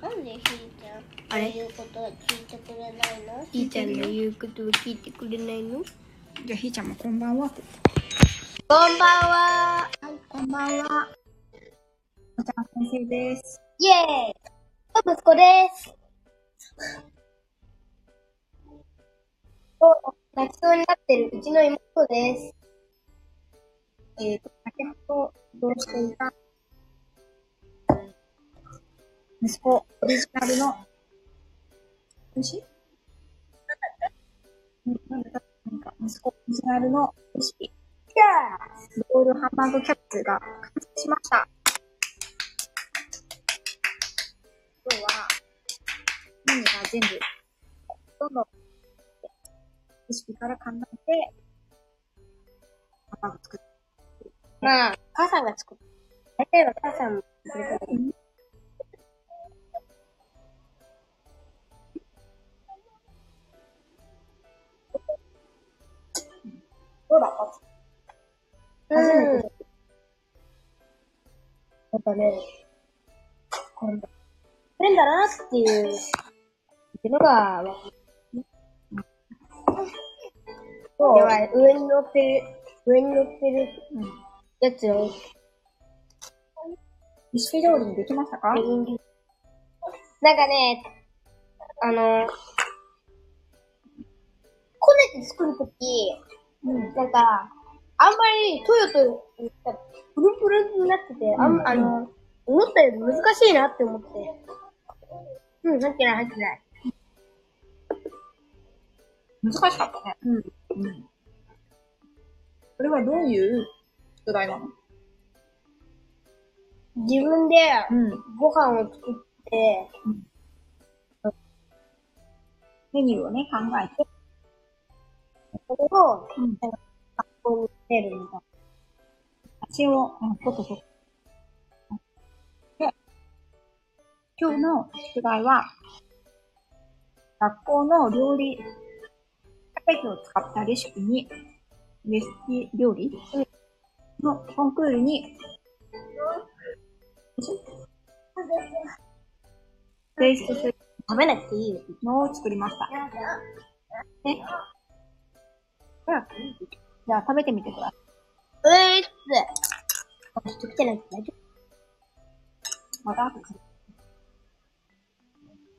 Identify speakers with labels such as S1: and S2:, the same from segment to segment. S1: なんでひーちゃん
S2: あれ
S1: そういうことは聞いてくれないの
S2: ひーちゃんの言うことを聞いてくれないの
S3: じゃあひーちゃんもこんばんはって
S2: こんばんは
S3: はいこんばんはお茶の先生です
S1: イエーイ息子ですお、泣きそうになってるうちの妹です
S3: えっ、と先ほど移動していた息子オリジナルの美味しいうんなんだなんか息子オリジナルのレシピ
S1: じゃあ
S3: ロールハンバーグキャッツが完成しました。今日は、何が全部、どんどん、レシピから考えて、ハンバーグ作って
S1: まあ、母さんが作った。大体は母さんも作ってくれる。
S3: どうだった
S1: うん。
S3: やっぱね、今度、
S1: くれんだなっていうのが、
S3: どう
S1: 要は上に乗ってる、上に乗ってる
S3: うん
S1: やつを、
S3: レシピ通りにできました
S1: な
S3: か
S1: んかね、あの、こねて作るとき、
S3: うん。
S1: なんか、あんまりトヨトよりプルンプルンになってて、あ
S3: うんん
S1: あの、思ったより難しいなって思って。うん、入ってない入ってない。
S3: 難しかったね。うん。うん。それはどういう宿題なの
S1: 自分で
S3: うん。
S1: ご飯を作って、
S3: メニューをね、考えて、
S1: それを
S3: うん。
S1: 学校に出るみたい
S3: 足を、うん、そっとそっと。で、今日の宿題は、学校の料理、畑を使ったレシピに、レシピ料理のコンクールに、提出する
S1: な。食べなくていいよ。
S3: のを作りました。ね。うんじゃあ食べてみてくださ
S1: え
S3: い。
S1: ーっつ。ちょっと来てない大丈夫
S3: また後から。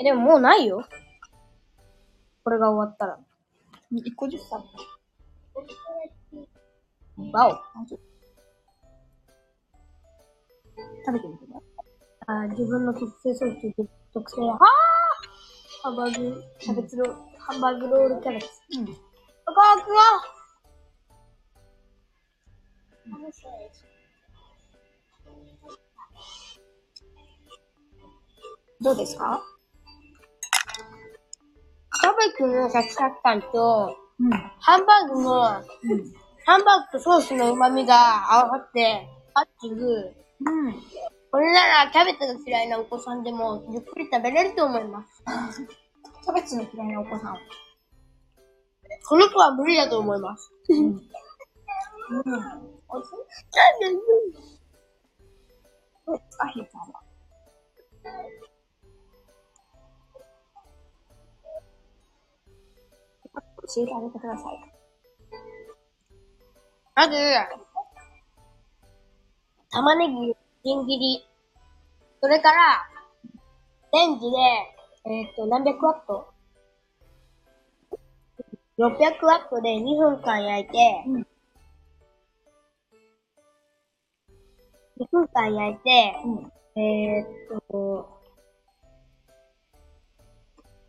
S1: え、でももうないよ。これが終わったら。
S3: 1個ずつ食
S1: わお。
S3: べ食べてみてください。
S1: あー自分の特製ソースと特製、あーハンバーグ、キャベツロール、ハンバーグロールキャベツ。
S3: うん。
S1: おかわくわ
S3: どうですか
S1: キャベツのシャキシャキ感と、
S3: うん。
S1: ハンバーグの、ハンバーグとソースの旨味が合わさって、マッチング。
S3: うん。
S1: これならキャベツが嫌いなお子さんでも、ゆっくり食べれると思います。
S3: キャベツの嫌いなお子さん。
S1: この子は無理だと思います。
S3: うん。
S1: おいしい
S3: どうですか、ひーちゃんは。教えてあげてください。
S1: まず、玉ねぎ、千切り。それから、レンジで、えーっと、何百ワット ?600 ワットで2分間焼いて、
S3: うん
S1: 2分間焼いて、
S3: うん。
S1: えーっと、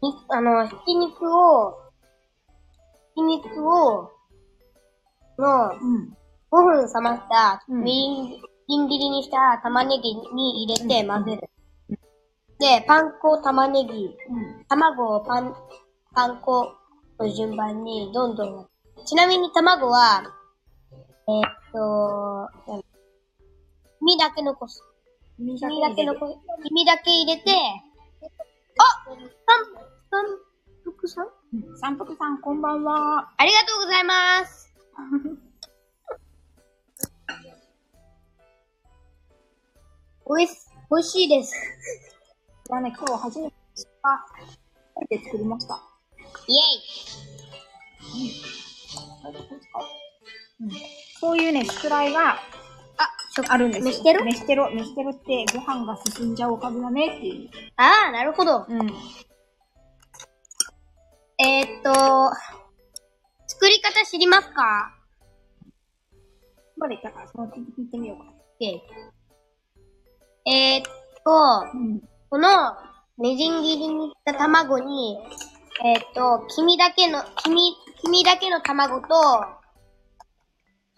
S1: にあの、ひき肉を、ひき肉を、の、
S3: うん。
S1: 5分冷ました、
S3: うん
S1: みりん、みん切りにした玉ねぎに入れて混ぜる。で、パン粉、玉ねぎ、
S3: うん。
S1: 卵をパン、パン粉の順番にどんどん。ちなみに卵は、えーっと、なん黄身だけ残す。
S3: 君
S1: 黄身だけ残す。黄身だけ入れて、あ三、三福さん
S3: 三福さん、こんばんは。
S1: ありがとうございます。おいし、おいしいです。
S3: ちらね、今日初めて私が一人で作りました。
S1: イ
S3: うんそういうね、宿題が、あ、あるんですよ。
S1: 飯テロ
S3: 飯テロ、飯テロってご飯が進んじゃうおかずだねっていう。
S1: ェイああ、なるほど。
S3: うん。
S1: えー、っと、作り方知りますか
S3: までいったから、その続き聞いてみようか。
S1: えー、えーっと、
S3: うん。
S1: この、みじん切りにした卵に、えーっと、黄身だけの、黄身、黄身だけの卵と、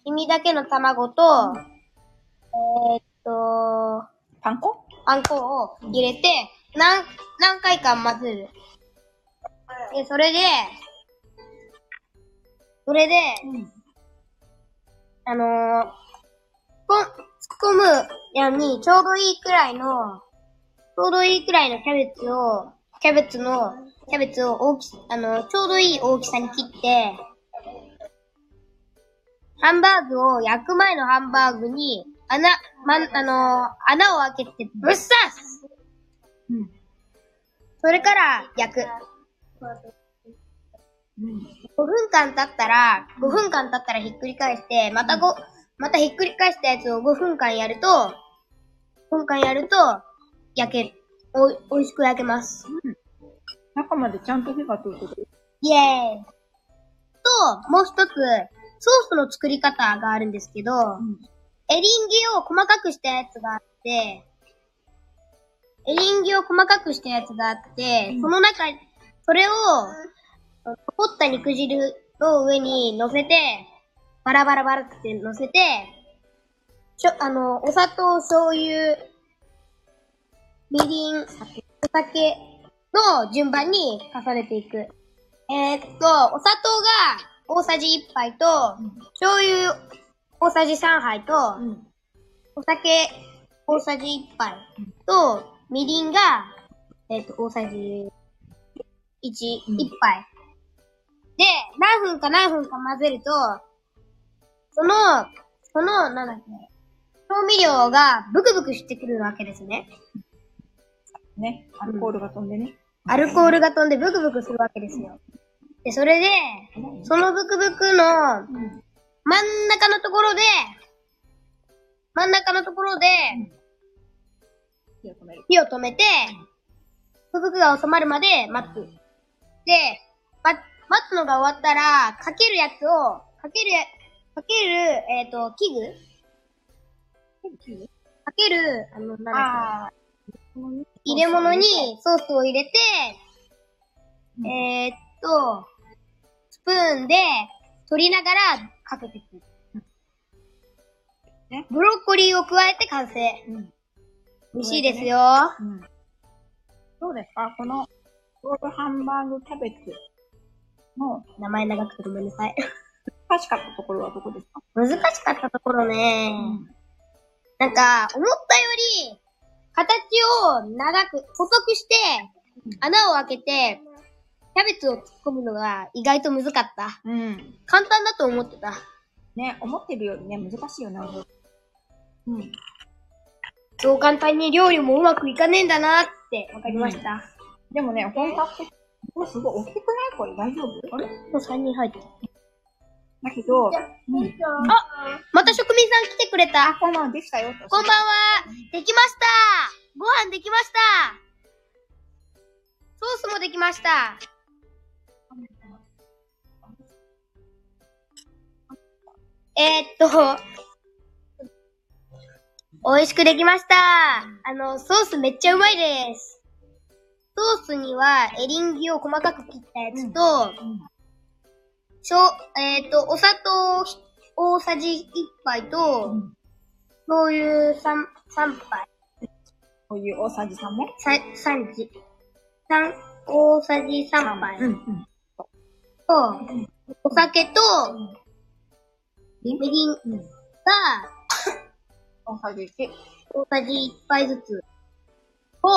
S1: 黄身だけの卵と、えーっと、
S3: パン粉
S1: パン粉を入れて、何、何回か混ぜる。で、それで、それで、
S3: うん。
S1: あのー、こん、突っ込むようにちょうどいいくらいの、ちょうどいいくらいのキャベツを、キャベツの、キャベツを大き、あの、ちょうどいい大きさに切って、ハンバーグを焼く前のハンバーグに、穴、まん、あのー穴を開けてぶっ刺す
S3: うん。
S1: それから焼く。
S3: う
S1: 5
S3: ん。
S1: 分間経ったら、5分間経ったらひっくり返して、またご、またひっくり返したやつを5分間やると、5分間やると、焼ける。おい、美味しく焼けます。
S3: 中までちゃんと火が通ってる。
S1: イエーイと、もう一つ、ソースの作り方があるんですけど、
S3: うん。
S1: エリンギを細かくしたやつがあって、エリンギを細かくしたやつがあって、
S3: うん
S1: その中、それを、残った肉汁の上に乗せて、バラバラバラって乗せて、しょ、あの、お砂糖、醤油、みりん、お酒の順番に重ねていく。えーっと、お砂糖が大さじ1杯と、醤油大さじ3杯と、
S3: うん。
S1: お酒大さじ1杯と、みりんが、えっ、と、大さじ1、一
S3: うん
S1: 1杯。で、何分か何分か混ぜると、その、その、なんだっけ、調味料がブクブクしてくるわけですね。
S3: ね。アルコールが飛んでね。
S1: アルコールが飛んでブクブクするわけですよ。で、それで、そのブクブクの
S3: うん。
S1: 真ん中のところで、真ん中のところで、
S3: 火を止める。
S1: 火を止めて、ブクブクが収まるまで待つ。で、ま、待つのが終わったら、かけるやつを、かけるや、かける、えっ、と、器具かける、あの、なんだっ
S3: ああ。
S1: け入れ物にソースを入れて、えーっと、スプーンで取りながらかけていく
S3: ね。
S1: ブロッコリーを加えて完成。
S3: うん。
S1: 美味しいですよ。
S3: うん。どうですかこの、ロールハンバーグキャベツの
S1: 名前長くてごめんなさい。
S3: 難しかったところはどこですか
S1: 難しかったところね。
S3: うん。
S1: なんか、思ったより、形を長く、細くして、穴を開けて、キャベツを突っ込むのが意外と難かった。
S3: うん。
S1: 簡単だと思ってた。
S3: ね、思ってるよりね、難しいよね。うん。
S1: そう簡単に料理もうまくいかねえんだなって分かりました。
S3: でもね、本格的。これすごい大きくないこれ大丈夫あれ
S1: もう3人入ってる。
S3: だけど、うん、
S1: あまた職人さん来てくれ
S3: あ、
S1: た。
S3: こんばんはできたよって。
S1: こんばんは。できました。ご飯できました。ソースもできました。えー、っと、美味しくできました。あの、ソースめっちゃうまいです。ソースにはエリンギを細かく切ったやつと、
S3: うん
S1: しょえー、っと、お砂糖ひ大さじ1杯と、
S3: うん
S1: 醤油三三杯、
S3: こういう大さじ3ね。
S1: 三三時、三大さじ三杯
S3: うんうん。
S1: と、お酒と
S3: うん
S1: みりんが
S3: うん。大さじ1。
S1: 大さじ一杯ずつを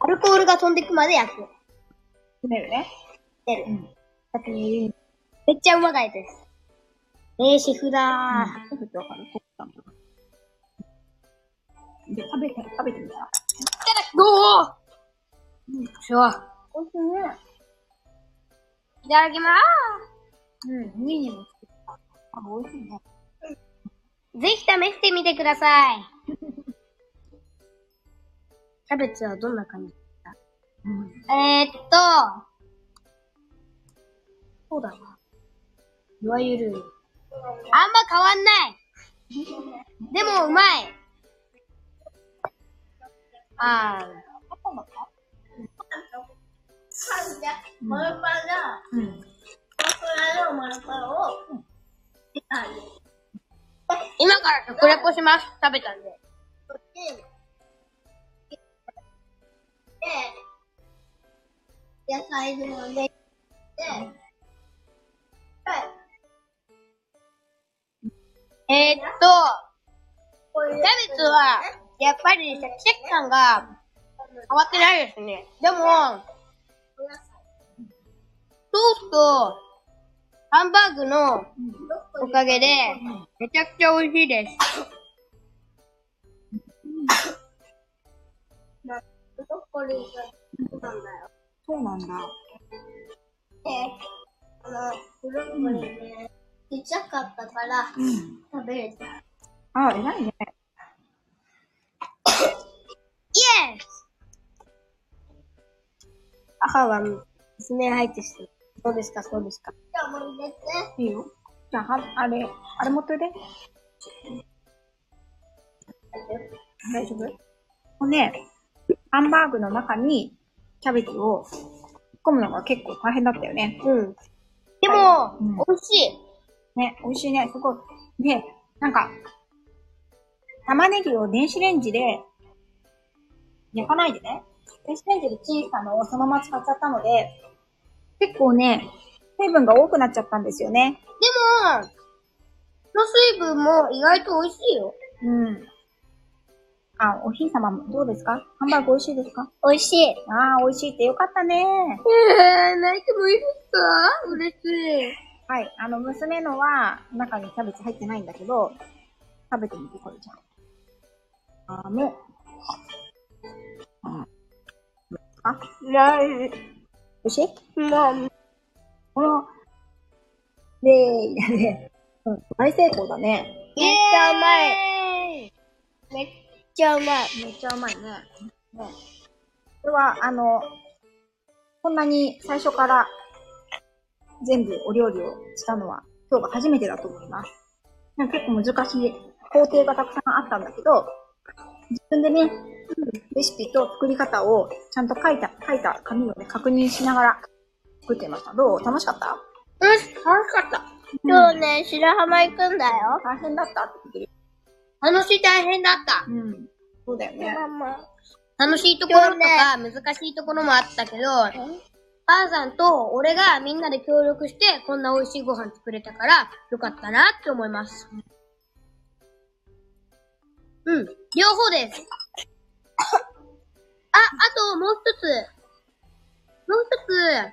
S1: アルコールが飛んでくまで焼く。
S3: 詰めるね。
S1: 出る。
S3: ん。
S1: だってねめっちゃうまかいです。名シェフだ
S3: ちょっとわかる取ったの。で、食べて、食べてみたら。
S1: どうそう。
S3: 美味しいね。
S1: いただきま
S3: うん、ミニも作った。あ、美味しいね。
S1: ーす。ぜひ試してみてください。キャベツはどんな感じ
S3: うん。
S1: えー、っと、そうだな。いわゆる、あんま変わんない。でもうまい。ああ、
S2: マルパンが、
S3: うん。
S2: 桜のマルパンを、あの、
S1: 今から食レポします。食べたんで。
S2: で、で、野菜でもできて、はい、
S1: えー、っと、キャベツは、やっぱりシャキシャキ感が変わってないですね。でも、ソースとハンバーグのおかげで、めちゃくちゃ美味しいです。
S2: ブロッコリーが作ったんだよ。
S3: そうなんだ。
S2: で、あの、ブロッコリーね、ちっちゃかったから、
S3: うん。
S2: 食べれた。
S3: あ、偉いね。
S1: イエス母は娘入ってして、そうですか、そうですか。
S2: じゃあもう入れて。
S3: いいよ。じゃあ、はあれ、あれ持っておいで。大丈夫もうね、ハンバーグの中にキャベツを突っ込むのが結構大変だったよね。
S1: うん。でも、
S3: うん
S1: 美味しい。
S3: ね、美味しいね、すごい。ね、なんか、玉ねぎを電子レンジで焼かないでね。電子レンジでチンしたのをそのまま使っちゃったので、結構ね、水分が多くなっちゃったんですよね。
S1: でも、その水分も意外と美味しいよ。
S3: うん。あ、おひいさまもどうですかハンバーグ美味しいですか
S1: 美味しい。
S3: ああ、美味しいってよかったね。
S1: えー、泣いてもいいですか嬉しい。
S3: はい、あの、娘のは中にキャベツ入ってないんだけど、食べてみて、これじゃん。あーもう。うん。あ、
S1: ない。
S3: 美味しい
S1: もう、
S3: この、で、いやね、 うん、大成功だね。
S1: めっちゃうまい。めっちゃうまい。
S3: めっちゃうまいね。ね。これは、あの、こんなに最初から全部お料理をしたのは今日が初めてだと思います。なんか結構難しい工程がたくさんあったんだけど、自分でね、レシピと作り方をちゃんと書いた、書いた紙をね、確認しながら作ってました。どう楽しかった
S1: よし、楽しかった。今日ね、白浜行くんだよ。
S3: 大変だったって言ってる。
S1: 楽しい大変だった。
S3: うん。そうだよね。
S1: 楽しいところとか、難しいところもあったけど、母さんと俺がみんなで協力して、こんな美味しいご飯作れたから、よかったなって思います。うん、両方です。あ、あともう一つ、もう一つ、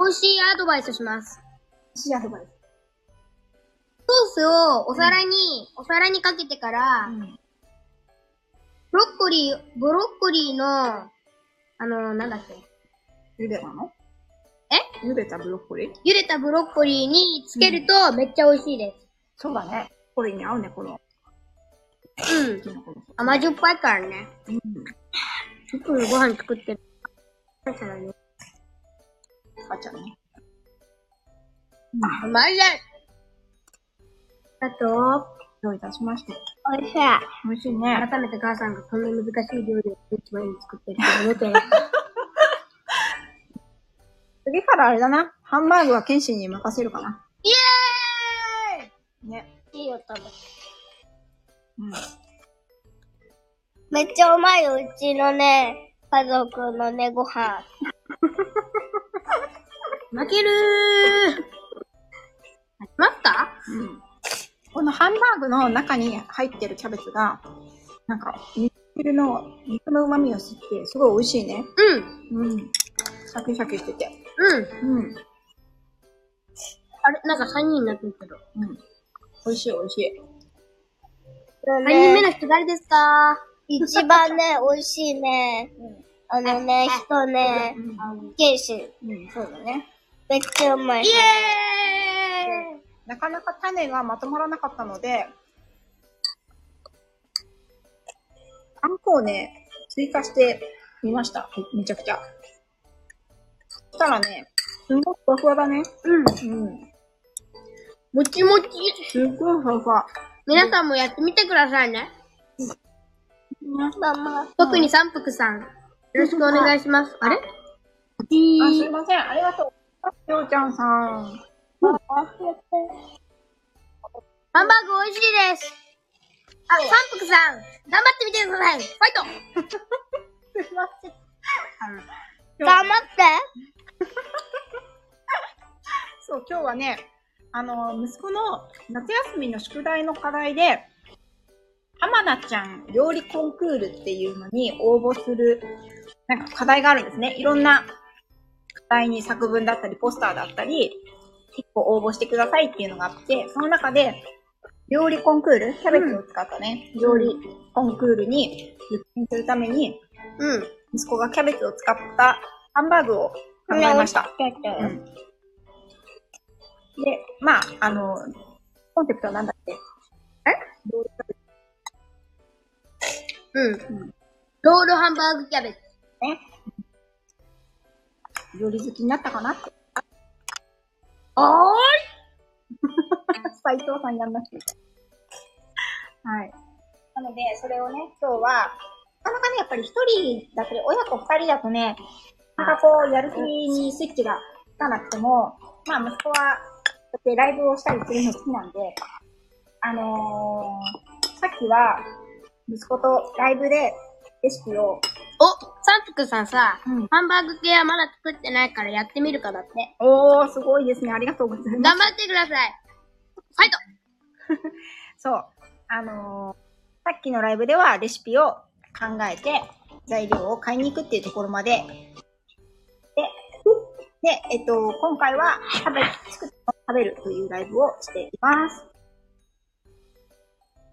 S1: 美味しいアドバイスします。
S3: シアドバイス。
S1: ソースをお皿に、お皿にかけてから、ブロッコリー、ブロッコリーの、あの、なんだっけ。
S3: 茹でたの
S1: え
S3: 茹でたブロッコリー
S1: 茹でたブロッコリーにつけるとめっちゃ美味しいで
S3: そうだね。これに合うね、この、
S1: す。うん。
S3: きのこの。
S1: 甘じょっぱいからね。
S3: うん。
S1: いつもご飯作ってる。だからね。
S3: 赤ちゃんね。
S1: うまいです。あと、
S3: どういたしまして。
S1: 美味しい。
S3: 美味しいね。
S1: 改めて母さんがこんな難しい料理を一番に作ってると思ってない。
S3: 次からあれだな。ハンバーグは剣士に任せるかな。
S1: イエーイ
S3: ね。
S1: いいよ、多分。
S3: うん。
S1: めっちゃうまいよ、うちのね、家族のね、ご飯。負けるー待った
S3: うん。このハンバーグの中に入ってるキャベツが、なんか、肉の、肉の旨味を吸って、すごい美味しいね。
S1: うん、
S3: うん。シャキシャキしてて。
S1: うん。
S3: うん。
S1: あれ、なんか3人になってるけど。
S3: うん。美味しい美味しい。
S1: 3人目の人誰ですか一番ね、美味しいね、あのね、人ね、ケーシ
S3: うん、そうだね。
S1: めっちゃうまい。イエーイ
S3: なかなか種がまとまらなかったので、あんこをね、追加してみました。めめちゃくちゃ。そしたらね、すごいふわふわだね。
S1: うん。
S3: うん。
S1: もちもち。
S3: すごいふわふわ。
S1: 皆さんもやってみてくださいね。
S3: ね、
S2: ママ。
S1: 特に三福さん。よろしくお願いします。あれ
S3: あ、すいません。ありがとう。りょうちゃんさん。
S1: ハンバーグ美味しいです。あ、三福さん、頑張ってみてください。ファイ
S3: すいません。あの
S1: ト
S3: 今日
S1: 張って。
S3: そう、今日はね、あの、息子の夏休みの宿題の課題で、浜名ちゃん料理コンクールっていうのに応募する、なんか課題があるんですね。いろんな課題に作文だったり、ポスターだったり、結構応募してくださいっていうのがあって、その中で、料理コンクールキャベツを使ったね、料理コンクールに出品するために、
S1: うん。
S3: 息子がキャベツを使ったハンバーグを考えました。うんで、まあ、あの、コンセプトはなんだっけ
S1: うん。ロールハンバーグキャベツ。
S3: ね。料理好きになったかなって。
S1: おー
S3: 斎藤さんやんなくて。はい。なので、それをね、今日は、なかなかね、やっぱり一人だったり、親子二人だとね、なんかこう、やる気にスイッチがつかなくても、まあ、息子は、だってライブをしたりするの好きなんで、あのー、さっきは、息子とライブでレシピを、
S1: お、三福さんさ、
S3: うん
S1: ハンバーグ系はまだ作ってないからやってみるかだって。
S3: おー、すごいですね。ありがとうございま
S1: 頑
S3: す。
S1: 張ってください。ファイト
S3: そう。あのーさっきのライブではレシピを考えて、材料を買いに行くっていうところまで。で、で、えっと、今回は食べ、作って食べるというライブをしています。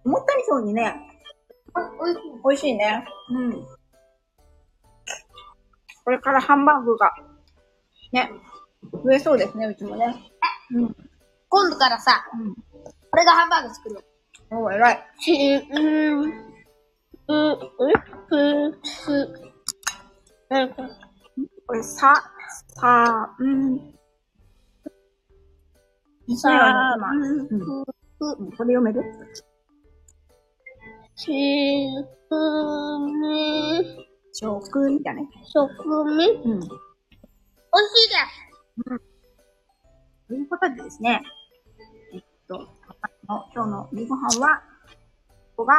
S3: 思った以上にね、美味しいね。うん。これからハンバーグが、ね、増えそうですね、うちもね。うん。
S1: 今度からさ、俺がハンバーグ作るの。
S3: うん。おー偉い。
S1: し、うーん、う、う、ふ、ふ、うん、
S3: これ、さ、さ、うん。
S1: さ
S3: うん、うん。これ読める
S1: し、ふ、み、
S3: 食みたいなね。
S1: 食味美味しい
S3: うん。と
S1: です。
S3: いうことでですね、えっと、あの今日の夕ご飯は、ここが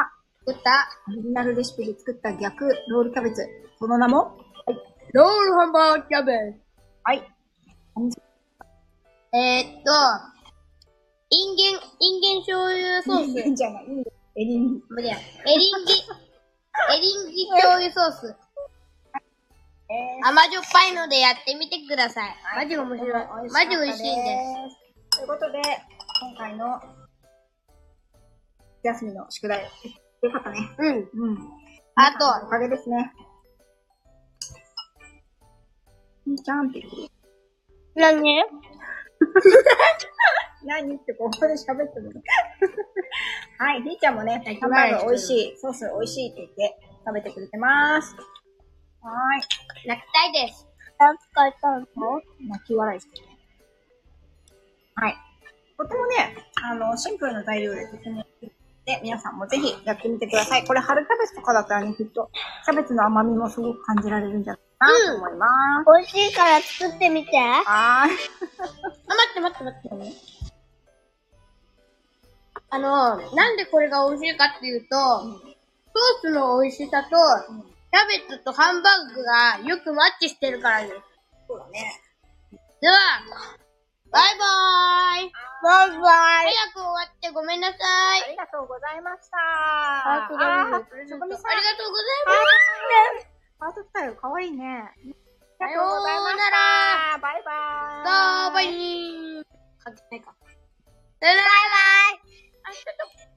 S1: 作った、
S3: オリジナルレシピで作った逆ロールキャベツ。その名も
S1: ロールハンバーグキャベ
S3: はい。
S1: ツ。えー、っと、インゲン、インゲン醤油ソース。
S3: いいじゃない。いいエリンギ。
S1: 無理や。エリンギ、エリンギ醤油ソース。
S3: え。
S1: 甘じょっぱいのでやってみてください。マジ面白い。マジ美味しいんです
S3: ということで、今回の、休みの宿題。よかったね。
S1: す。うん。
S3: うん。
S1: あ
S3: お
S1: と、
S3: かげですね。いいじゃんって言ってる。
S1: 何
S3: 何ってここで喋ってるの。はい、ひーちゃんもね、ハンバーグ美味しい、ソース美味しいって言って食べてくれてます。は
S1: 泣きたいです。
S2: 何使いたいの
S3: ーい。泣き笑いしてるね。はい。とてもね、あの、シンプルな材料でとてもいいで、皆さんもぜひやってみてください。これ春キャベツとかだったらね、きっと、キャベツの甘みもすごく感じられるんじゃないかなと思います。
S2: 美味しいから作ってみて。
S3: はーい。
S1: あ、待って待って待って。あの、なんでこれが美味しいかっていうと、ソースの美味しさと、キャベツとハンバーグがよくマッチしてるからです。
S3: そうだね。
S1: では、バイバーイ
S2: バイバイ。
S1: 早く終わってごめんなさい
S3: ありがとうございました。
S1: ありがとうございます
S3: あー
S1: ありがとうご
S3: 職
S1: ざい
S3: 人
S1: ます
S3: さんハートスタイルかわいいね。あり
S1: さ
S3: が
S1: よ
S3: とうございうまし
S1: な
S3: た。バイバ
S1: ら
S3: イ。
S1: バイバイ関係ないか。さよならバイバイあ、ちょっと。